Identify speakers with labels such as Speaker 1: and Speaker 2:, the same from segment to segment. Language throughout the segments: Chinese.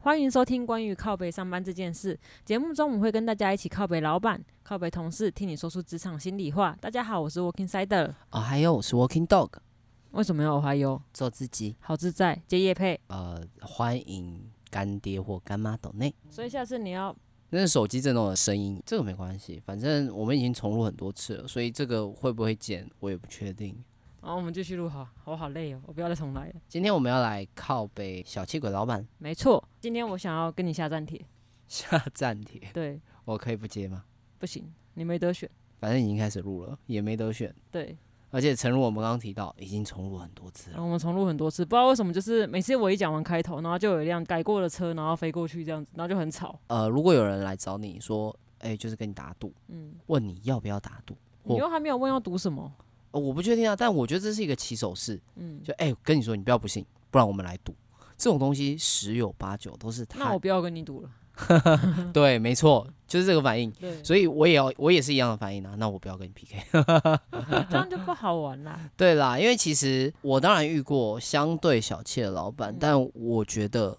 Speaker 1: 欢迎收听关于靠北上班这件事。节目中我们会跟大家一起靠北老板、靠北同事，听你说出职场心里话。大家好，我是 Working Side。
Speaker 2: 哦，还有我是 Walking Dog，
Speaker 1: 为什么要我怀忧？
Speaker 2: 做自己。
Speaker 1: 好自在，接叶配。
Speaker 2: 呃，欢迎干爹或干妈抖内。
Speaker 1: 所以下次你要
Speaker 2: 那是手机震动的声音，这个没关系，反正我们已经重录很多次了，所以这个会不会剪我也不确定。
Speaker 1: 哦，我们继续录好，我好累哦，我不要再重来了。
Speaker 2: 今天我们要来靠北小气鬼老板
Speaker 1: 没错，今天我想要跟你下战帖，
Speaker 2: 下站帖，
Speaker 1: 对，
Speaker 2: 我可以不接吗？
Speaker 1: 不行，你没得选，
Speaker 2: 反正已经开始录了，也没得选，
Speaker 1: 对，
Speaker 2: 而且诚如我们刚刚提到，已经重录很多次
Speaker 1: 然
Speaker 2: 了。
Speaker 1: 后我们重录很多次，不知道为什么，就是每次我一讲完开头，然后就有一辆改过的车，然后飞过去这样子，然后就很吵。
Speaker 2: 呃，如果有人来找你说，哎、就是跟你打赌，
Speaker 1: 嗯，
Speaker 2: 问你要不要打赌，
Speaker 1: 你
Speaker 2: 我
Speaker 1: 又还没有问要读什么，
Speaker 2: 呃我不确定啊，但我觉得这是一个起手式。
Speaker 1: 嗯，
Speaker 2: 就哎、跟你说，你不要不信，不然我们来赌。这种东西十有八九都是
Speaker 1: 那
Speaker 2: 他
Speaker 1: 我，不要跟你赌了。
Speaker 2: 对，没错，就是这个反应。
Speaker 1: 对，
Speaker 2: 所以我也要，我也是一样的反应啊。那我不要跟你 PK。
Speaker 1: 这样就不好玩 啦。
Speaker 2: 对啦，因为其实我当然遇过相对小气的老板，
Speaker 1: 嗯
Speaker 2: 但我觉得
Speaker 1: 我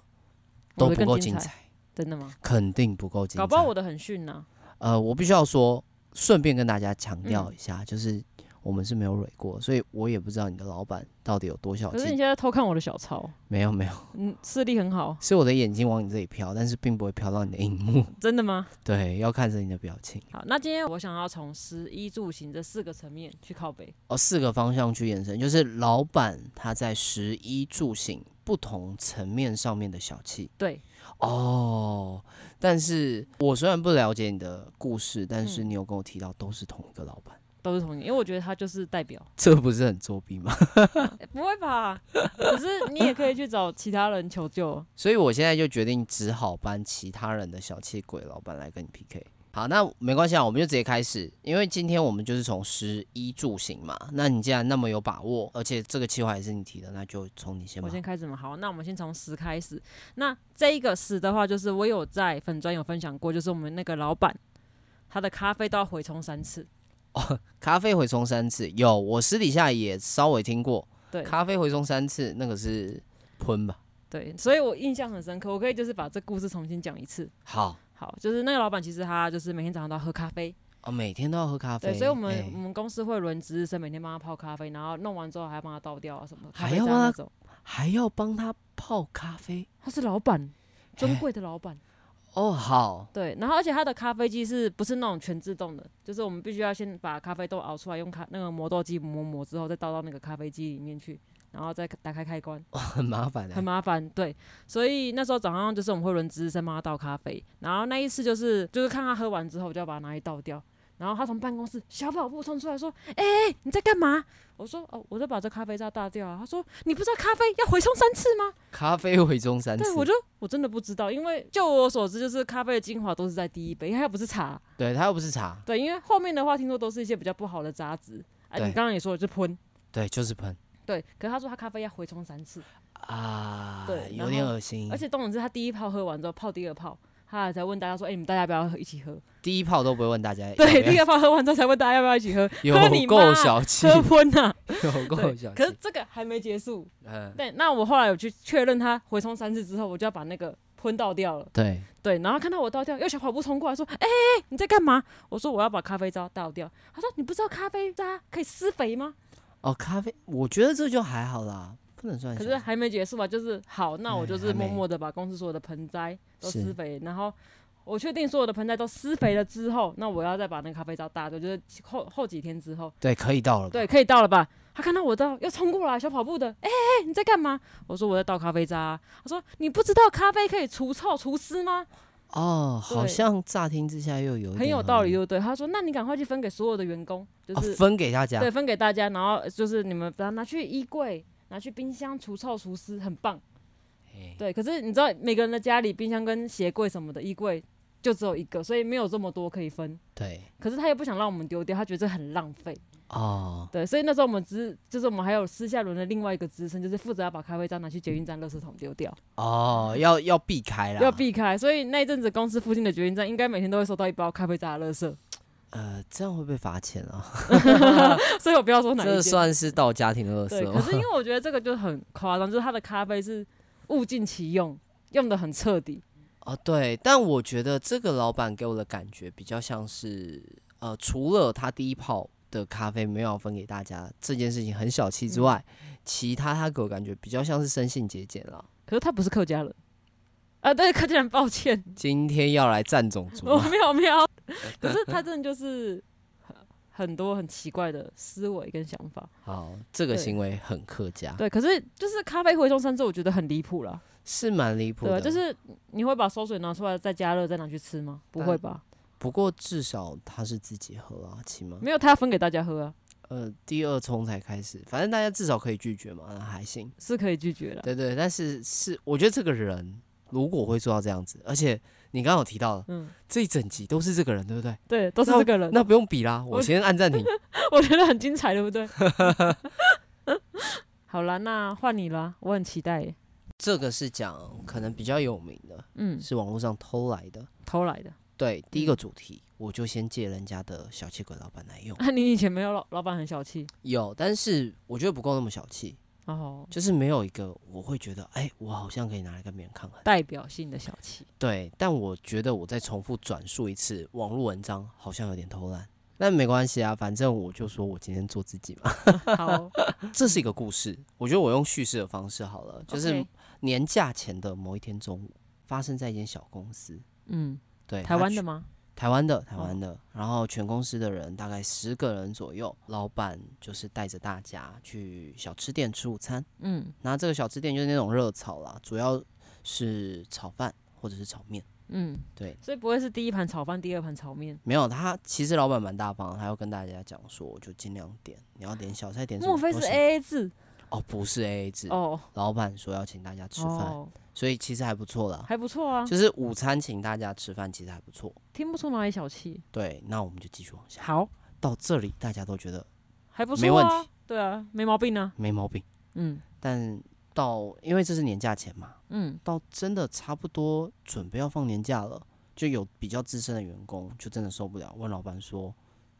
Speaker 2: 都
Speaker 1: 的
Speaker 2: 不
Speaker 1: 更
Speaker 2: 够
Speaker 1: 精
Speaker 2: 精
Speaker 1: 彩，
Speaker 2: 彩，
Speaker 1: 真的吗？
Speaker 2: 肯定不够精彩。
Speaker 1: 搞不好我的很逊呢、
Speaker 2: 呃，我必须要说，顺便跟大家强调一下，就是我们是没有蕊过，所以我也不知道你的老板到底有多小
Speaker 1: 可是你
Speaker 2: 气。
Speaker 1: 现在偷看我的小抄，
Speaker 2: 没有没有，
Speaker 1: 嗯，视力很好，
Speaker 2: 是我的眼睛往你这里飘，但是并不会飘到你的荧幕。
Speaker 1: 真的吗？
Speaker 2: 对，要看着你的表情
Speaker 1: 好，那今天我想要从食衣住行这四个层面去靠北。
Speaker 2: 哦，四个方向去延伸，就是老板他在食衣住行不同层面上面的小气
Speaker 1: 对，
Speaker 2: 哦。但是我虽然不了解你的故事，但是
Speaker 1: 嗯
Speaker 2: 你有跟我提到都是同一个老板，
Speaker 1: 都是同意，因为我觉得他就是代表。
Speaker 2: 这不是很作弊吗？
Speaker 1: 诶不会吧？ 可是你也可以去找其他人求救。
Speaker 2: 所以我现在就决定只好搬其他人的小气鬼老板来跟你 PK。好，那没关系啊，我们就直接开始，因为今天我们就是从食衣住行嘛。那你既然那么有把握，而且这个计划也是你提的，那就从你先吧
Speaker 1: 我。先开始嘛，好，那我们先从十开始。那这一个十的话，就是我有在粉专有分享过，就是我们那个老板，他的咖啡都要回冲三次。
Speaker 2: 咖啡回冲三次，有我私底下也稍微听过，
Speaker 1: 对，
Speaker 2: 咖啡回冲三次，那个是喷吧？
Speaker 1: 对，所以我印象很深刻。我可以就是把这故事重新讲一次。
Speaker 2: 好，
Speaker 1: 好，就是那个老板，其实他就是每天早上都要喝咖啡，
Speaker 2: 哦，每天都要喝咖啡，
Speaker 1: 对，所以我们、
Speaker 2: 哎
Speaker 1: 我们公司会轮值日生，每天帮他泡咖啡，然后弄完之后还要帮他倒掉啊什么的，咖
Speaker 2: 还
Speaker 1: 啡
Speaker 2: 要
Speaker 1: 渣
Speaker 2: 帮
Speaker 1: 那
Speaker 2: 他
Speaker 1: 种。
Speaker 2: 还要帮他泡咖啡
Speaker 1: 他是老板，尊
Speaker 2: 哎
Speaker 1: 贵的老板。
Speaker 2: 哦，好，
Speaker 1: 对，然后而且它的咖啡机是不是那种全自动的？就是我们必须要先把咖啡豆熬出来，用咖那个磨豆机磨磨之后，再倒到那个咖啡机里面去，然后再打开开关，
Speaker 2: 哇，很麻烦的、啊
Speaker 1: 很麻烦。对，所以那时候早上就是我们会轮值日生帮他倒咖啡，然后那一次就是就是看他喝完之后，我就要把它拿去倒掉。然后他从办公室小跑步冲出来说：“哎、欸你在干嘛？”我说：“哦，我在把这咖啡渣倒掉啊。”他说：“你不知道咖啡要回冲三次吗
Speaker 2: 咖啡回冲？”三次
Speaker 1: 对，，我就我真的不知道，因为就我所知，就是咖啡的精华都是在第一杯，因为它不是茶。
Speaker 2: 对他又不是茶，
Speaker 1: 对，因为后面的话听说都是一些比较不好的杂质。哎、
Speaker 2: 对
Speaker 1: 你刚刚也说了，就是喷。
Speaker 2: 对，就是喷
Speaker 1: 对，可是他说他咖啡要回冲三次，
Speaker 2: 啊，
Speaker 1: 对然
Speaker 2: 有点
Speaker 1: 后
Speaker 2: 恶心，
Speaker 1: 而且重点是他第一泡喝完之后泡第二泡，他还才问大家说：“哎、你们大家要不要喝一起喝
Speaker 2: 第一泡都不会问大家？”，
Speaker 1: 对，第，二泡喝完之后才问大家要不要一起喝，
Speaker 2: 有
Speaker 1: 喝你
Speaker 2: 够
Speaker 1: 妈
Speaker 2: 小气，
Speaker 1: 喝昏呐、
Speaker 2: 有够
Speaker 1: 对
Speaker 2: 小气
Speaker 1: 可，是这个还没结束。
Speaker 2: 嗯，
Speaker 1: 对，那我后来有去确认他回冲三次之后，我就要把那个喷倒掉了。
Speaker 2: 对，
Speaker 1: 对，然后看到我倒掉，又小跑步冲过来说：“哎、哎哎你在干嘛？”我说：“我要把咖啡渣倒掉。”他说：“你不知道咖啡渣可以施肥吗？”
Speaker 2: 哦，咖啡，我觉得这就还好啦，不能算小
Speaker 1: 可
Speaker 2: 气，
Speaker 1: 是还没结束吧？就是好，那我
Speaker 2: 哎
Speaker 1: 就是
Speaker 2: 还
Speaker 1: 默
Speaker 2: 没
Speaker 1: 默的把公司所有的盆栽都
Speaker 2: 是
Speaker 1: 施肥，然后我确定所有的盆栽都施肥了之后，那我要再把那个咖啡渣打掉，就是后后几天之后，
Speaker 2: 对，可以到了吧，
Speaker 1: 对，可以到了吧？他看到我到，又冲过来，小跑步的，哎、哎哎，你在干嘛？我说我在倒咖啡渣啊、他说你不知道咖啡可以除臭除湿吗？
Speaker 2: 哦，好
Speaker 1: 对
Speaker 2: 像乍听之下又有一
Speaker 1: 很
Speaker 2: 点
Speaker 1: 有
Speaker 2: 合
Speaker 1: 道理，
Speaker 2: 理
Speaker 1: 对不对？他说那你赶快去分给所有的员工，就
Speaker 2: 哦
Speaker 1: 是、
Speaker 2: 分给大家
Speaker 1: 对，分给大家，然后就是你们把它拿去衣柜，拿去冰箱除臭除湿，很棒。
Speaker 2: 嘿
Speaker 1: 对，可是你知道每个人的家里冰箱跟鞋柜什么的，衣柜就只有一个，所以没有这么多可以分。
Speaker 2: 对
Speaker 1: 可是他也不想让我们丢掉，他觉得这很浪费。
Speaker 2: 哦，
Speaker 1: 对，所以那时候我们只就是我们还有私下轮的另外一个资深，就是负责要把咖啡渣拿去捷运站垃圾桶丢掉，
Speaker 2: 哦，要要避开啦，
Speaker 1: 要避开。所以那一阵子公司附近的捷运站应该每天都会收到一包咖啡渣的垃圾，
Speaker 2: 呃，这样会被罚钱啊，
Speaker 1: 所以我不要说哪一
Speaker 2: 这
Speaker 1: 间。
Speaker 2: 算是到家庭的垃
Speaker 1: 对，
Speaker 2: 圾
Speaker 1: 可
Speaker 2: 吗？
Speaker 1: 是因为我觉得这个就很夸张，就是他的咖啡是物尽其用，用的很彻底。
Speaker 2: 哦，对，但我觉得这个老板给我的感觉比较像是，呃，除了他第一泡的咖啡没有分给大家这件事情很小气
Speaker 1: 嗯
Speaker 2: 之外，其他他给我感觉比较像是生性节俭了。
Speaker 1: 可是他不是客家人啊，对，客家人抱歉，
Speaker 2: 今天要来占种族
Speaker 1: 我
Speaker 2: 吗，
Speaker 1: 没有没 有。可是他真的就是很很多很奇怪的思维跟想法。
Speaker 2: 好，这个
Speaker 1: 对
Speaker 2: 行为很客家，
Speaker 1: 对，可是就是咖啡回收三这我觉得很离谱啦。
Speaker 2: 是蛮离谱
Speaker 1: 对啊，
Speaker 2: 的。
Speaker 1: 就是你会把馊水拿出来再加热再拿去吃吗？不
Speaker 2: 但
Speaker 1: 会吧？
Speaker 2: 不过至少他是自己喝啊，起码
Speaker 1: 没有，他要分给大家喝啊，
Speaker 2: 呃第二冲才开始，反正大家至少可以拒绝嘛，那还行。
Speaker 1: 是可以拒绝的。
Speaker 2: 对对，但是是我觉得这个人如果会做到这样子，而且你刚刚有提到了
Speaker 1: 嗯，
Speaker 2: 这一整集都是这个人，对不对？
Speaker 1: 对，都是这个人，
Speaker 2: 那不用比啦，我先按 暂停。
Speaker 1: 我觉得很精彩，对不对？ 好啦，那换你啦，我很期待耶。
Speaker 2: 这个是讲可能比较有名的，
Speaker 1: 嗯，
Speaker 2: 是网络上偷来的。
Speaker 1: 偷来的。
Speaker 2: 对，第一
Speaker 1: 嗯
Speaker 2: 个主题我就先借人家的小气鬼老板来用，
Speaker 1: 啊，你以前没有老老板很小气
Speaker 2: 有，但是我觉得不够那么小气，
Speaker 1: 哦，
Speaker 2: 就是没有一个我会觉得，哎，我好像可以拿来跟别人抗衡。
Speaker 1: 代表性的小气。
Speaker 2: 对，但我觉得我再重复转述一次网络文章，好像有点偷懒。但没关系啊，反正我就说我今天做自己嘛。
Speaker 1: 好，
Speaker 2: 这是一个故事，我觉得我用叙事的方式好了，就是
Speaker 1: OK
Speaker 2: 年假前的某一天中午，发生在一间小公司，
Speaker 1: 嗯，
Speaker 2: 对，
Speaker 1: 台湾的
Speaker 2: 它
Speaker 1: 吗？哦
Speaker 2: 全台湾的，台湾的。然后全公司的人大概十个人左右，老板就是带着大家去小吃店吃午餐。
Speaker 1: 嗯
Speaker 2: 那这个小吃店就是那种热炒啦，主要是炒饭或者是炒面。
Speaker 1: 嗯，
Speaker 2: 对，
Speaker 1: 所以不会是第一盘炒饭，第二盘炒面。
Speaker 2: 没有他其实老板蛮大方的，他要跟大家讲说，就尽量点，你要点小菜点什么
Speaker 1: 莫
Speaker 2: 都行。
Speaker 1: 非是 A A 制？
Speaker 2: 哦，不是 AA 制，
Speaker 1: 哦
Speaker 2: 老板说要请大家吃饭。
Speaker 1: 哦，
Speaker 2: 所以其实还不错啦。
Speaker 1: 还不错啊，
Speaker 2: 就是午餐请大家吃饭，其实还不错。
Speaker 1: 听不出哪里小气。
Speaker 2: 对，那我们就继续往下。
Speaker 1: 好，
Speaker 2: 到这里大家都觉得
Speaker 1: 还不错、啊，
Speaker 2: 没问题。
Speaker 1: 对啊，没毛病啊。
Speaker 2: 没毛病，
Speaker 1: 嗯
Speaker 2: 但到因为这是年假前嘛，
Speaker 1: 嗯，
Speaker 2: 到真的差不多准备要放年假了，就有比较资深的员工就真的受不了，问老板说：“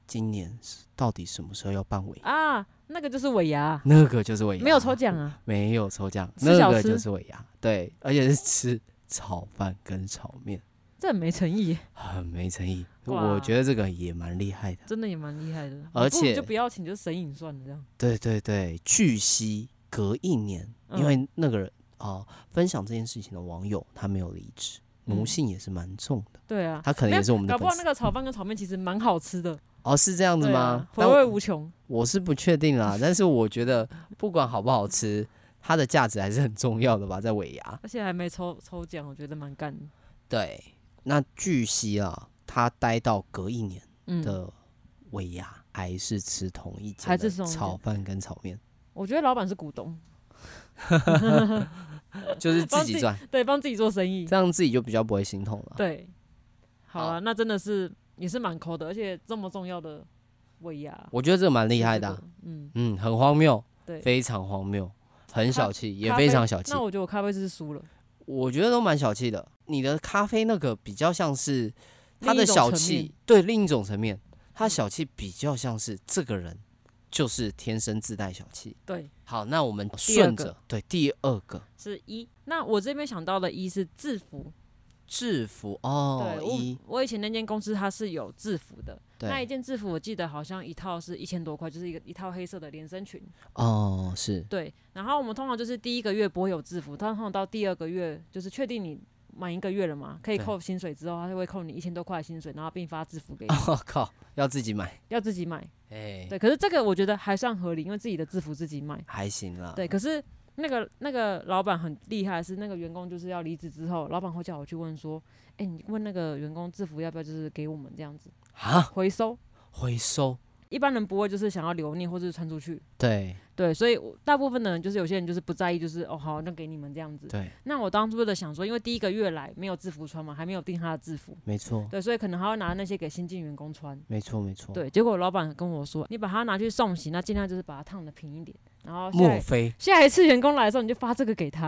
Speaker 2: 今年是到底什么时候要办尾牙
Speaker 1: 啊，那个就是尾牙？”，
Speaker 2: 那个就是尾牙，
Speaker 1: 没有抽，奖啊。
Speaker 2: 没有抽奖，
Speaker 1: 吃
Speaker 2: 那
Speaker 1: 小
Speaker 2: 个
Speaker 1: 吃
Speaker 2: 就是尾牙，对，而且是吃炒饭跟炒面，
Speaker 1: 这很没诚意耶，
Speaker 2: 很没诚意。
Speaker 1: 哇
Speaker 2: 我觉得这个也蛮厉害的。
Speaker 1: 真的也蛮厉害的。你
Speaker 2: 而
Speaker 1: 不如
Speaker 2: 且
Speaker 1: 就不要请，就神隐算了这样。
Speaker 2: 对对对，据悉隔一年，因
Speaker 1: 嗯
Speaker 2: 为那个人啊、分享这件事情的网友他没有离职，奴
Speaker 1: 嗯
Speaker 2: 性也是蛮重的，
Speaker 1: 对啊，
Speaker 2: 他可能
Speaker 1: 没有
Speaker 2: 也是我们的
Speaker 1: 搞不
Speaker 2: 粉
Speaker 1: 好
Speaker 2: 丝
Speaker 1: 那个炒饭跟炒面其实蛮好吃的，
Speaker 2: 哦，是这样子
Speaker 1: 对
Speaker 2: 吗
Speaker 1: 啊？，回
Speaker 2: 但
Speaker 1: 味
Speaker 2: 我
Speaker 1: 无穷。
Speaker 2: 我是不确定啦，但是我觉得不管好不好吃，它的价值还是很重要的吧，在尾牙。
Speaker 1: 而且还没抽抽奖，我觉得蛮干的。
Speaker 2: 对，那据悉啊，他待到隔一年
Speaker 1: 嗯，
Speaker 2: 的尾牙。还是吃同一
Speaker 1: 还
Speaker 2: 间
Speaker 1: 是吃同
Speaker 2: 的
Speaker 1: 一间
Speaker 2: 炒饭跟炒 面，
Speaker 1: 我觉得老板是股东，
Speaker 2: 就是自
Speaker 1: 帮自
Speaker 2: 己
Speaker 1: 己
Speaker 2: 赚，
Speaker 1: 对，帮自己做生意
Speaker 2: 这。样自己就比较不会心痛了。
Speaker 1: 对，好
Speaker 2: 好
Speaker 1: 啊，那真的是也是蛮抠的，而且这么重要的尾牙，
Speaker 2: 我觉得这个蛮厉害的啊、
Speaker 1: 这个嗯，
Speaker 2: 嗯，很荒谬，
Speaker 1: 对
Speaker 2: 非常荒谬，很小气，也
Speaker 1: 咖
Speaker 2: 非
Speaker 1: 啡
Speaker 2: 常小气
Speaker 1: 那。我觉得我咖啡是输了。
Speaker 2: 我觉得都蛮小气的。你的咖啡那个比较像是他
Speaker 1: 另
Speaker 2: 的
Speaker 1: 一种
Speaker 2: 小
Speaker 1: 层
Speaker 2: 气
Speaker 1: 面，
Speaker 2: 对另一种层面，他小气比较像是这个人就是天生自带小气。
Speaker 1: 对，
Speaker 2: 好，那我们
Speaker 1: 二
Speaker 2: 顺
Speaker 1: 个
Speaker 2: 着对第二个
Speaker 1: 是一。那我这边想到的一是制服，
Speaker 2: 制服哦
Speaker 1: 对，
Speaker 2: 一
Speaker 1: 我我以前那间公司它是有制服的，那一
Speaker 2: 对
Speaker 1: 件制服我记得好像一套是一千多块，就是一个一套黑色的连身裙。
Speaker 2: 哦是
Speaker 1: 对，然后我们通常就是第一个月不会有制服，但通常到第二个月就是确定你满一个月了嘛，可以
Speaker 2: 对
Speaker 1: 扣薪水之后，他就会扣你一千多块的薪水，然后并发制服给你，
Speaker 2: 哦靠，要自己买
Speaker 1: 要自己买。
Speaker 2: 哎，
Speaker 1: 对，可是这个我觉得还算合理，因为自己的制服自己买。
Speaker 2: 还行啦，
Speaker 1: 对，可是那个那个老板很厉害，是那个员工就是要离职之后，老板会叫我去问说，哎、你问那个员工制服要不要就是给我们这样子
Speaker 2: 啊
Speaker 1: 回收，
Speaker 2: 回收
Speaker 1: 一般人不会就是想要留念或者穿出去。
Speaker 2: 对
Speaker 1: 对，所以我大部分的人就是有些人就是不在意，就是哦好，那给你们这样子。
Speaker 2: 对
Speaker 1: 那我当初的想说，因为第一个月来没有制服穿嘛，还没有订他的制服，
Speaker 2: 没错
Speaker 1: 对，所以可能还会拿那些给新进员工穿。
Speaker 2: 没错没错，
Speaker 1: 对，结果老板跟我说，你把它拿去送洗，那尽量就是把它烫的平一点，然后下
Speaker 2: 莫
Speaker 1: 一
Speaker 2: 非
Speaker 1: 下一次员工来的时候，你就发这个给他。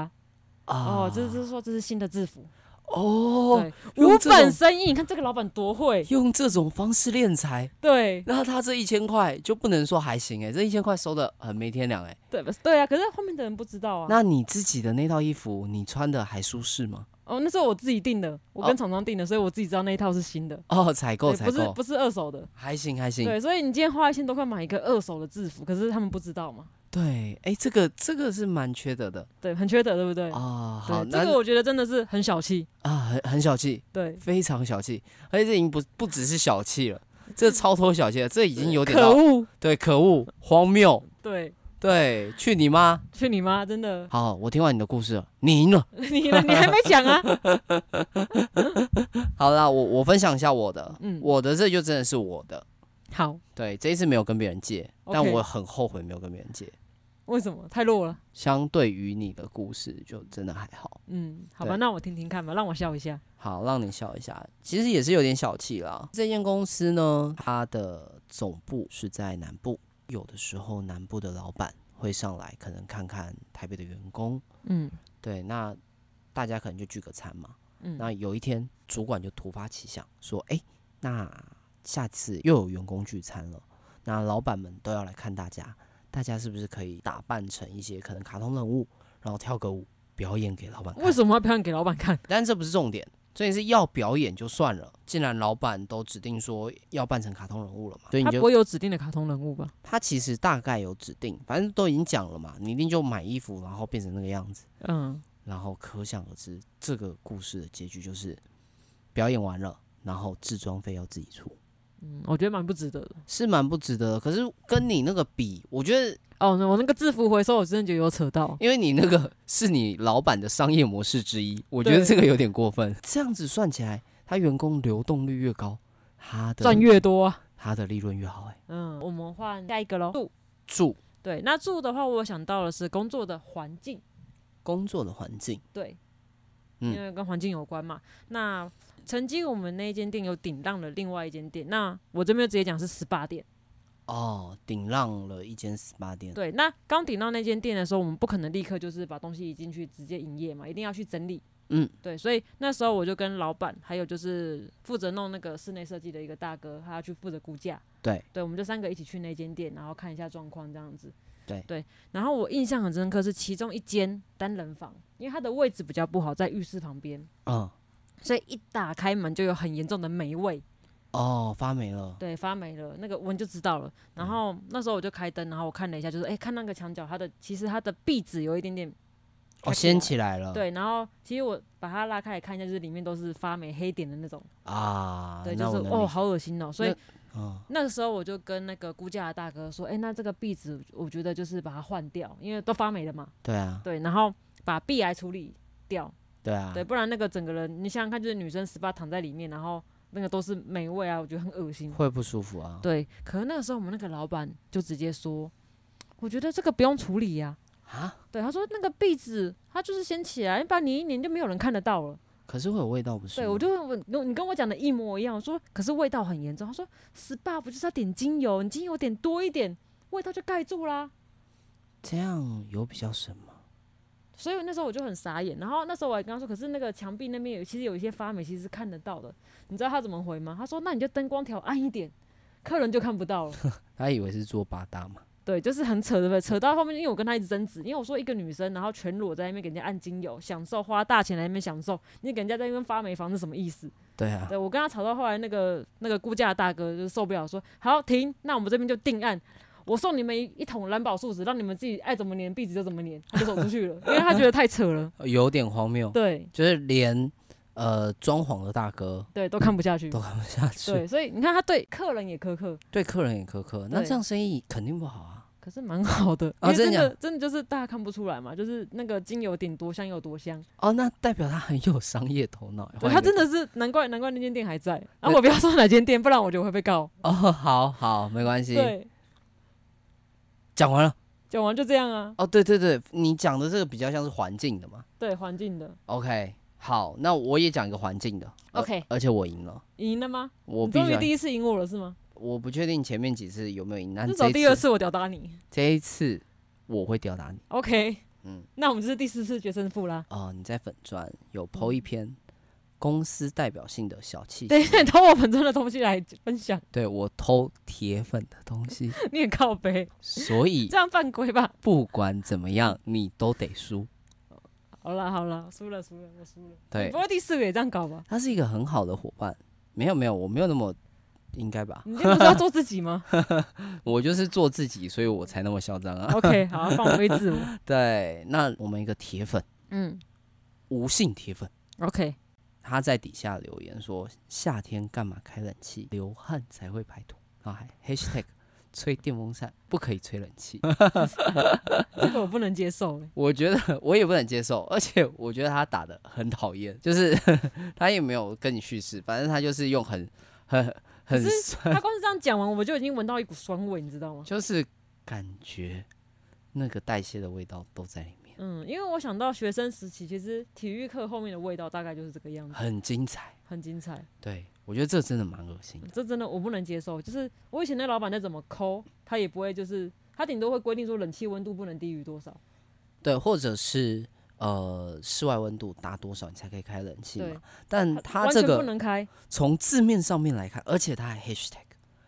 Speaker 2: 啊
Speaker 1: 哦，这是说这是新的制服，
Speaker 2: 哦，
Speaker 1: 对，
Speaker 2: 用
Speaker 1: 无
Speaker 2: 这
Speaker 1: 本
Speaker 2: 种
Speaker 1: 生意，你看这个老板多 会，
Speaker 2: 用这种方式敛财，
Speaker 1: 对
Speaker 2: 那他这一千块就不能说还行哎、这一千块收的很没天良哎、
Speaker 1: 对对啊，可是后面的人不知道啊。
Speaker 2: 那你自己的那套衣服，你穿的还舒适吗？
Speaker 1: 哦，那时候我自己订的，我
Speaker 2: 哦
Speaker 1: 跟厂商订的，所以我自己知道那一套是新的，
Speaker 2: 哦，采购
Speaker 1: 对
Speaker 2: 采
Speaker 1: 不是
Speaker 2: 购，
Speaker 1: 不是二手的。
Speaker 2: 还行还行。
Speaker 1: 对，所以你今天花一千多块买一个二手的制服，可是他们不知道嘛？
Speaker 2: 对，哎、这个这个是蛮缺德的
Speaker 1: 对，很缺德，对不对？
Speaker 2: 啊。好，
Speaker 1: 对，这
Speaker 2: 那
Speaker 1: 个我觉得真的是很小气。
Speaker 2: 啊，很很小气，
Speaker 1: 对，
Speaker 2: 非常小气，而且这已经不不只是小气了，这超脱小气了，这已经有
Speaker 1: 嗯
Speaker 2: 点
Speaker 1: 可
Speaker 2: 到
Speaker 1: 恶。
Speaker 2: 对可恶、荒谬，
Speaker 1: 对，
Speaker 2: 对，去你妈！
Speaker 1: 去你妈！真的，
Speaker 2: 好，我听完你的故事了，你赢了。
Speaker 1: 你呢你还没讲啊？
Speaker 2: 好啦，我我分享一下我的，
Speaker 1: 嗯
Speaker 2: 我的这就真的是我的，
Speaker 1: 好，
Speaker 2: 对，这一次没有跟别人借，但
Speaker 1: OK
Speaker 2: 我很后悔没有跟别人借。
Speaker 1: 为什么太弱了？
Speaker 2: 相对于你的故事，就真的还好，
Speaker 1: 嗯，好吧，
Speaker 2: 对
Speaker 1: 那我听听看吧，让我笑一下。
Speaker 2: 好让你笑一下。其实也是有点小气啦。这间公司呢，它的总部是在南部，有的时候南部的老板会上来，可能看看台北的员工，
Speaker 1: 嗯
Speaker 2: 对，那大家可能就聚个餐嘛。
Speaker 1: 嗯，
Speaker 2: 那有一天，主管就突发奇想说：“哎、那下次又有员工聚餐了，那老板们都要来看大家，大家是不是可以打扮成一些可能卡通人物，然后跳个舞表演给老板看？
Speaker 1: 为什么要表演给老板看？
Speaker 2: 但这不是重点，重点是要表演就算了，既然老板都指定说要扮成卡通人物了嘛，所以你
Speaker 1: 他
Speaker 2: 就
Speaker 1: 不会有指定的卡通人物吧？
Speaker 2: 他其实大概有指定，反正都已经讲了嘛，你一定就买衣服，然后变成那个样子。”
Speaker 1: 嗯，
Speaker 2: 然后可想而知，这个故事的结局就是表演完了，然后制装费要自己出，
Speaker 1: 嗯我觉得蛮不值得的。
Speaker 2: 是蛮不值得的。可是跟你那个比，我觉得，
Speaker 1: 哦，那我那个制服回收，我真的觉得有扯到。
Speaker 2: 因为你那个是你老板的商业模式之一，我觉得
Speaker 1: 对
Speaker 2: 这个有点过分。这样子算起来，他员工流动率越高，他的
Speaker 1: 赚越多、啊。
Speaker 2: 他的利润越好、哎，
Speaker 1: 嗯，我们换下一个喽。住，
Speaker 2: 住
Speaker 1: 对，那住的话，我想到的是工作的环境，
Speaker 2: 工作的环境，
Speaker 1: 对，
Speaker 2: 嗯
Speaker 1: 因为跟环境有关嘛。那曾经我们那一间店有顶让了另外一间店，那我这边就直接讲是十八店。
Speaker 2: 哦，顶让了一间 SPA 店，
Speaker 1: 对，那刚顶到那间店的时候，我们不可能立刻就是把东西移进去直接营业嘛，一定要去整理。
Speaker 2: 嗯，
Speaker 1: 对，所以那时候我就跟老板，还有就是负责弄那个室内设计的一个大哥，他要去负责估价。
Speaker 2: 对，
Speaker 1: 对，我们就三个一起去那间店，然后看一下状况这样子。
Speaker 2: 对
Speaker 1: 对，然后我印象很深刻是其中一间单人房，因为它的位置比较不好，在浴室旁边，
Speaker 2: 嗯，
Speaker 1: 所以一打开门就有很严重的霉味，
Speaker 2: 哦，发霉了，
Speaker 1: 对，发霉了，那个闻就知道了。然
Speaker 2: 嗯
Speaker 1: 后那时候我就开灯，然后我看了一下，就是哎、看那个墙角，它的其实它的壁纸有一点点
Speaker 2: 哦，
Speaker 1: 开起
Speaker 2: 掀
Speaker 1: 来
Speaker 2: 起来了，
Speaker 1: 对，然后其实我把它拉开来看一下，就是里面都是发霉黑点的那种，
Speaker 2: 啊，
Speaker 1: 对，就
Speaker 2: 那
Speaker 1: 是
Speaker 2: 我能
Speaker 1: 哦，
Speaker 2: 理
Speaker 1: 好恶心哦。所以
Speaker 2: 嗯。
Speaker 1: 那个时候我就跟那个估价的大哥说，哎、那这个壁纸我觉得就是把它换掉，因为都发霉了嘛，
Speaker 2: 对啊，
Speaker 1: 对，然后把壁癌处理掉，
Speaker 2: 对啊，
Speaker 1: 对，不然那个整个人，你想想看，就是女生十八躺在里面，然后那个都是霉味啊，我觉得很恶心。
Speaker 2: 会不舒服啊。
Speaker 1: 对，可是那个时候我们那个老板就直接说，我觉得这个不用处理呀、
Speaker 2: 啊，
Speaker 1: 对，他说那个壁纸，它就是掀起来，把你一年就没有人看得到了。
Speaker 2: 可是会有味道，不是吗？
Speaker 1: 对，我就问我你跟我讲的一模一样，我说可是味道很严重。他说 SPA 不就是要点精油，你精油点多一点，味道就盖住啦。
Speaker 2: 这样有比较什么？
Speaker 1: 所以那时候我就很傻眼，然后那时候我还跟他说，可是那个墙壁那边有其实有一些发霉，其实是看得到的。你知道他怎么回吗？他说那你就灯光调暗一点，客人就看不到了。
Speaker 2: 他以为是做八大嘛？
Speaker 1: 对，就是很扯，对不对？扯到后面，因为我跟他一直争执，因为我说一个女生，然后全裸在那边给人家按精油，享受花大钱来那边享受，你给人家在那边发霉房是什么意思？
Speaker 2: 对啊，
Speaker 1: 对我跟他吵到后来，那个那个估价的大哥就受不了，说好停，那我们这边就定案，我送你们一一桶蓝宝树脂，让你们自己爱怎么粘壁纸就怎么粘，他就走出去了，因为他觉得太扯了，
Speaker 2: 呃有点荒谬，
Speaker 1: 对
Speaker 2: 就是连呃装潢的大哥
Speaker 1: 对，都看不下去
Speaker 2: 都。看不下去，
Speaker 1: 对，所以你看他对客人也苛刻，
Speaker 2: 对客人也苛刻，那
Speaker 1: 对
Speaker 2: 这样生意肯定不好啊。
Speaker 1: 可是蛮好的，
Speaker 2: 啊
Speaker 1: 因为
Speaker 2: 真
Speaker 1: 真
Speaker 2: 的
Speaker 1: 的真的就是大家看不出来嘛，就是那个精油点多香有多香，
Speaker 2: 哦，那代表他很有商业头脑。
Speaker 1: 对
Speaker 2: 换一
Speaker 1: 他
Speaker 2: 个
Speaker 1: 真的是难怪难怪那间店还在，啊
Speaker 2: 对
Speaker 1: 我不要说哪间店，不然我就会被告。
Speaker 2: 哦，好好，没关系，
Speaker 1: 对，
Speaker 2: 讲完了。
Speaker 1: 讲完就这样啊，
Speaker 2: 哦，对对对，你讲的这个比较像是环境的嘛。
Speaker 1: 对环境的
Speaker 2: OK，好，那我也讲一个环境的。而
Speaker 1: OK
Speaker 2: 而且我赢了，
Speaker 1: 赢了吗？
Speaker 2: 呃我
Speaker 1: 你
Speaker 2: 必
Speaker 1: 终
Speaker 2: 须啊
Speaker 1: 于
Speaker 2: 要
Speaker 1: 第一次赢我了是吗？
Speaker 2: 我不确定前面几次有没有赢，但
Speaker 1: 至
Speaker 2: 这
Speaker 1: 少
Speaker 2: 一
Speaker 1: 第二
Speaker 2: 次
Speaker 1: 次我屌打你。
Speaker 2: 这一次我会吊打你。
Speaker 1: OK，
Speaker 2: 嗯
Speaker 1: 那我们就是第四次决胜负啦。
Speaker 2: 哦、你在粉砖有
Speaker 1: 嗯
Speaker 2: PO 一篇公司代表性的小气，
Speaker 1: 等一下，你偷我本尊的东西来分享，
Speaker 2: 对我偷铁粉的 东西，
Speaker 1: 你很靠背，
Speaker 2: 所以
Speaker 1: 这样犯规吧？
Speaker 2: 不管怎么样你都得输。
Speaker 1: 好啦好啦，输了输了，我输了。你
Speaker 2: 对
Speaker 1: 不，会第四个也这样搞吧？
Speaker 2: 他是一个很好的伙伴。没有没有，我没有那么应该吧，
Speaker 1: 你这不是要做自己吗
Speaker 2: 我就是做自己，所以我才那么嚣张 啊。
Speaker 1: ？OK，好，放飞自我。
Speaker 2: 对，那我们一个铁粉，
Speaker 1: 嗯
Speaker 2: 无性铁粉，
Speaker 1: ，OK，
Speaker 2: 他在底下留言说：“夏天干嘛开冷气？流汗才会排毒。”然后还 hashtag 吹电风扇不可以吹冷 气，
Speaker 1: 这个我不能接受、欸。
Speaker 2: 我觉得我也不能接受，而且我觉得他打的很讨厌，就是 他也没有跟你叙事，反正他就是用很很很
Speaker 1: 可是
Speaker 2: 酸，
Speaker 1: 他光是这样讲完，我就已经闻到一股酸味，你知道吗？
Speaker 2: 就是感觉那个代谢的味道都在里面，
Speaker 1: 嗯，因为我想到学生时期，其实体育课后面的味道大概就是这个样子，
Speaker 2: 很精彩。
Speaker 1: 很精彩。
Speaker 2: 对我觉得这真的蛮恶心的，
Speaker 1: 这真的我不能接受。就是我以前那老板再怎么抠，他也不会，就是他顶多会规定说冷气温度不能低于多少。
Speaker 2: 对，或者是。呃，室外温度达多少你才可以开冷气
Speaker 1: 对
Speaker 2: 嘛？，但他
Speaker 1: 完
Speaker 2: 这
Speaker 1: 全
Speaker 2: 个
Speaker 1: 不能开。
Speaker 2: 从字面上面来看，而且它还 hashtag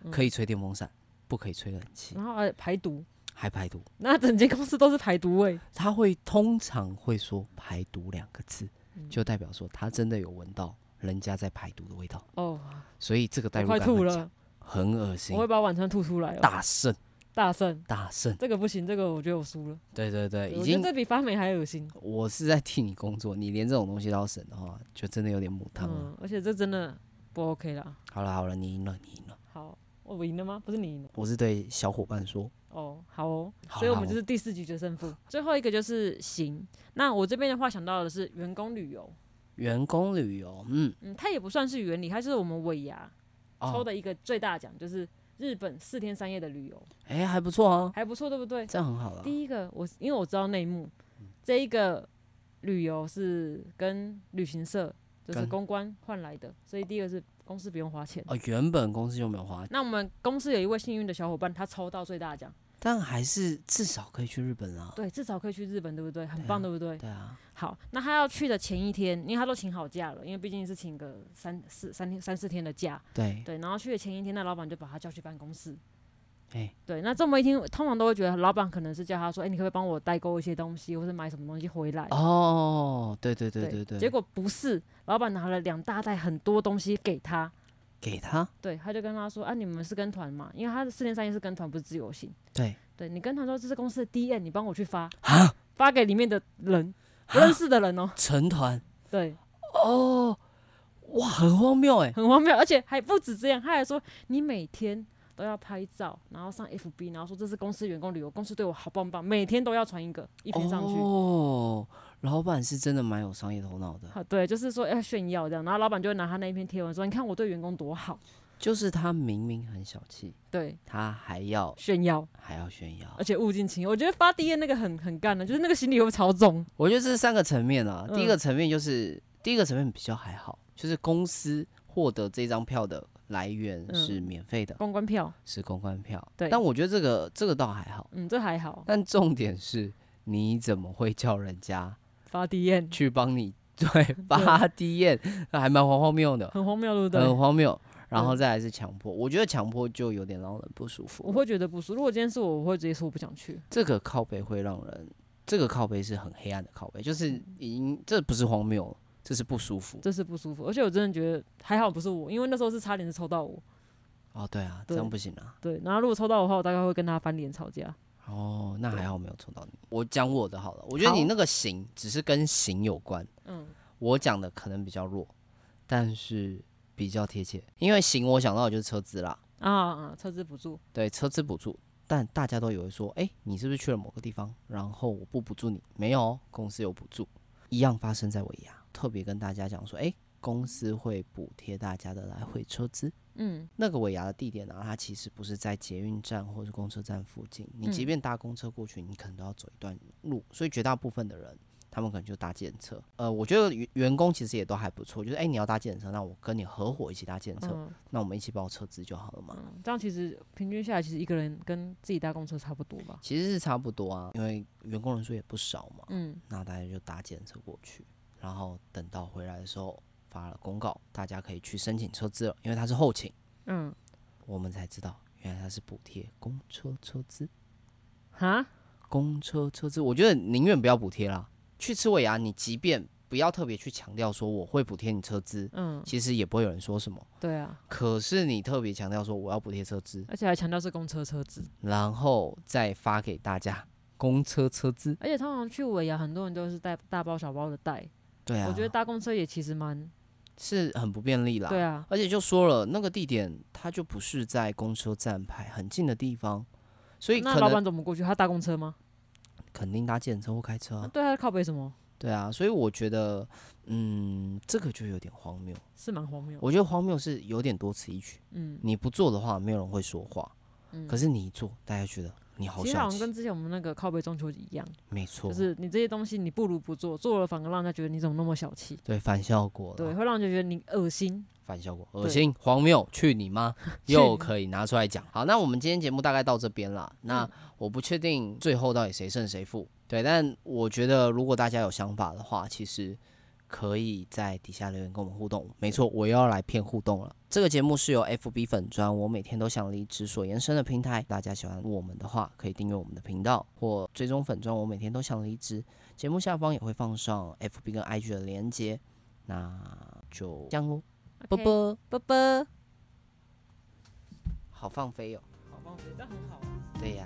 Speaker 1: 嗯
Speaker 2: 可以吹电风扇，不可以吹冷气，
Speaker 1: 然后还排毒，
Speaker 2: 还排毒。
Speaker 1: 那整间公司都是排毒味。
Speaker 2: 他会通常会说“排毒”两个字，
Speaker 1: 嗯
Speaker 2: 就代表说他真的有闻到人家在排毒的味道，
Speaker 1: 哦，
Speaker 2: 所以这个代
Speaker 1: 我
Speaker 2: 入
Speaker 1: 快
Speaker 2: 感
Speaker 1: 吐
Speaker 2: 很强，
Speaker 1: 了，
Speaker 2: 很恶心
Speaker 1: 我。会把晚餐吐出来哦。
Speaker 2: 大圣，
Speaker 1: 大圣，
Speaker 2: 大圣，
Speaker 1: 这个不行，这个我觉得我输了。
Speaker 2: 对对对，
Speaker 1: 我
Speaker 2: 已
Speaker 1: 觉
Speaker 2: 经
Speaker 1: 得这比发霉还恶心。
Speaker 2: 我是在替你工作，你连这种东西都要省的话，就真的有点母汤了。
Speaker 1: 嗯，而且这真的不 OK 啦。
Speaker 2: 好了好了，你赢了，你赢了。
Speaker 1: 好，我赢了吗？不是你赢了。
Speaker 2: 我是对小伙伴说，
Speaker 1: 哦，好哦，
Speaker 2: 好
Speaker 1: 所以我
Speaker 2: 好
Speaker 1: 们就是第四局决胜负。 最后一个就是行。那我这边的话想到的是员工旅游，
Speaker 2: 员工旅游，嗯，
Speaker 1: 嗯，它也不算是原理，它是我们尾牙抽
Speaker 2: 哦，
Speaker 1: 的一个最大奖，就是日本四天三夜的旅游，
Speaker 2: 哎、还不错哦，
Speaker 1: 还不错，对不对？
Speaker 2: 这样很好了。
Speaker 1: 第一个我因为我知道内幕，
Speaker 2: 嗯
Speaker 1: 这一个旅游是跟旅行社就是
Speaker 2: 跟
Speaker 1: 公关换来的，所以第一个是公司不用花钱。
Speaker 2: 哦，原本公司就没有花，
Speaker 1: 那我们公司有一位幸运的小伙伴，他抽到最大奖，
Speaker 2: 但还是至少可以去日本啦。
Speaker 1: 对，至少可以去日本，对不对？很
Speaker 2: 对啊
Speaker 1: 棒，对不对？
Speaker 2: 对啊，
Speaker 1: 好，那他要去的前一天，因为他都请好假了，因为毕竟是请个三四三天三四天的假，
Speaker 2: 对，
Speaker 1: 对。然后去的前一天，那老板就把他叫去办公室，
Speaker 2: 哎，
Speaker 1: 对。那这么一听，通常都会觉得老板可能是叫他说，哎、你可不可以帮我代购一些东西，或者买什么东西回来？
Speaker 2: 哦，对对对对对，
Speaker 1: 结果不是，老板拿了两大袋很多东西给他，
Speaker 2: 给他，
Speaker 1: 对，他就跟他说，啊，你们是跟团嘛？因为他的四天三夜是跟团，不是自由行。
Speaker 2: 对，
Speaker 1: 对你跟团说这是公司的 DM，你帮我去发，发给里面的人，不认识的人哦、
Speaker 2: 啊成团，
Speaker 1: 对。
Speaker 2: 哦，哇，很荒谬哎，
Speaker 1: 很荒谬，而且还不止这样，他还说你每天都要拍照，然后上 FB，然后说这是公司员工旅游，公司对我好棒棒，每天都要传一个一篇上去。
Speaker 2: 哦，老板是真的蛮有商业头脑的，
Speaker 1: 好，对，就是说要炫耀这样，然后老板就会拿他那一篇贴文说：“你看我对员工多好。
Speaker 2: 就是他明明很小气，”
Speaker 1: 对，
Speaker 2: 他还要
Speaker 1: 炫耀，
Speaker 2: 还要炫耀
Speaker 1: 而。且物尽其用。我觉得发 D N 那个很很干的，就是那个行李会不会超重？
Speaker 2: 我觉得这是三个层面啊，第
Speaker 1: 嗯
Speaker 2: 一个层面就是第一个层面比较还好，就是公司获得这张票的来源
Speaker 1: 嗯
Speaker 2: 是免费的，
Speaker 1: 公关票，
Speaker 2: 是公关票。
Speaker 1: 对
Speaker 2: 但我觉得这个这个倒还好。
Speaker 1: 嗯，这还好，
Speaker 2: 但重点是，你怎么会叫人家
Speaker 1: 发 D N
Speaker 2: 去帮你对发低宴？那还蛮荒荒谬的，
Speaker 1: 很荒谬，对不对？
Speaker 2: 很荒谬。然后
Speaker 1: 嗯
Speaker 2: 再来是强迫，我觉得强迫就有点让人不舒
Speaker 1: 我
Speaker 2: 服。
Speaker 1: 会觉得不舒服。如果今天是我，我会直接说我不想去。
Speaker 2: 这个靠背会让人，这个靠背是很黑暗的靠背，就是已经这不是荒谬，这是不舒服。
Speaker 1: 这是不舒服，而且我真的觉得还好不是我，因为那时候是差点是抽到我，
Speaker 2: 哦，对啊，这
Speaker 1: 对
Speaker 2: 样不行啊。
Speaker 1: 对，然后如果抽到我的话，我大概会跟他翻脸吵架。
Speaker 2: 哦，那还好没有抽到你。我讲我的好了，我觉得你
Speaker 1: 好
Speaker 2: 那个行只是跟行有关，
Speaker 1: 嗯，
Speaker 2: 我讲的可能比较弱，但是比较贴切，因为行我想到的就是车资啦，
Speaker 1: 啊啊，车资补助，
Speaker 2: 对，车资补助，但大家都以为说，哎、你是不是去了某个地方，然后我不补助你？没有哦，公司有补助，一样发生在尾牙，特别跟大家讲说，哎、公司会补贴大家的来回车资。
Speaker 1: 嗯
Speaker 2: 那个尾牙的地点呢、它其实不是在捷运站或是公车站附近，你即
Speaker 1: 嗯
Speaker 2: 便搭公车过去，你可能都要走一段路，所以绝大部分的人。他们可能就搭计程车，呃，我觉得员员工其实也都还不错，就是哎、诶你要搭计程车，那我跟你合伙一起搭计程车，
Speaker 1: 嗯
Speaker 2: 那我们一起包车资就好了嘛。
Speaker 1: 嗯，这样其实平均下来，其实一个人跟自己搭公车差不多吧。
Speaker 2: 其实是差不多啊，因为员工人数也不少嘛，
Speaker 1: 嗯，
Speaker 2: 那大家就搭检测过去，然后等到回来的时候发了公告，大家可以去申请车资了，因为它是后勤，
Speaker 1: 嗯，
Speaker 2: 我们才知道原来它是补贴公车车资，
Speaker 1: 哈，
Speaker 2: 公车车资，我觉得宁愿不要补贴啦，去吃尾牙，你即便不要特别去强调说我会补贴你车资，
Speaker 1: 嗯，
Speaker 2: 其实也不会有人说什么。
Speaker 1: 对啊，
Speaker 2: 可是你特别强调说我要补贴车资，
Speaker 1: 而且还强调是公车车资，
Speaker 2: 然后再发给大家公车车资。
Speaker 1: 而且通常去尾牙，很多人都是带大包小包的带，
Speaker 2: 对啊，
Speaker 1: 我觉得搭公车也其实蛮，
Speaker 2: 是很不便利啦。
Speaker 1: 对啊，
Speaker 2: 而且就说了，那个地点它就不是在公车站牌很近的地方，所以
Speaker 1: 那
Speaker 2: 可
Speaker 1: 老
Speaker 2: 能
Speaker 1: 板怎么过去？他搭公车吗？
Speaker 2: 肯定搭计程车或开车啊、
Speaker 1: 对啊，靠北什么？
Speaker 2: 对啊，所以我觉得，嗯，这个就有点荒谬。
Speaker 1: 是蛮荒谬。
Speaker 2: 我觉得荒谬是有点多此一举。
Speaker 1: 嗯，
Speaker 2: 你不做的话，没有人会说话；
Speaker 1: 嗯
Speaker 2: 可是你一做，大家觉得你好
Speaker 1: 其实好
Speaker 2: 小
Speaker 1: 像
Speaker 2: 气。
Speaker 1: 跟之前我们那个靠背中秋一样，
Speaker 2: 没错，
Speaker 1: 就是你这些东西你不如不做，做了反而让人家觉得你怎么那么小气，
Speaker 2: 对反效果啦，
Speaker 1: 对，会让人家觉得你恶心。
Speaker 2: 反效果，
Speaker 1: 对
Speaker 2: 恶心、荒谬，去你妈！
Speaker 1: 去
Speaker 2: 又
Speaker 1: 你
Speaker 2: 可以拿出来讲。好，那我们今天节目大概到这边啦。那我不确定最后到底谁胜谁负，对，但我觉得如果大家有想法的话，其实可以在底下留言跟我们互动。没错，我又要来骗互动了。这个节目是由 FB 粉砖，我每天都想离职所延伸的平台。大家喜欢我们的话，可以订阅我们的频道或追踪粉砖。我每天都想离职。节目下方也会放上 FB 跟 IG 的连接。那就这样喽。啵啵，
Speaker 1: 啵啵。
Speaker 2: 好放飞哦。哦
Speaker 1: 好棒，这样很好。啊
Speaker 2: 对呀、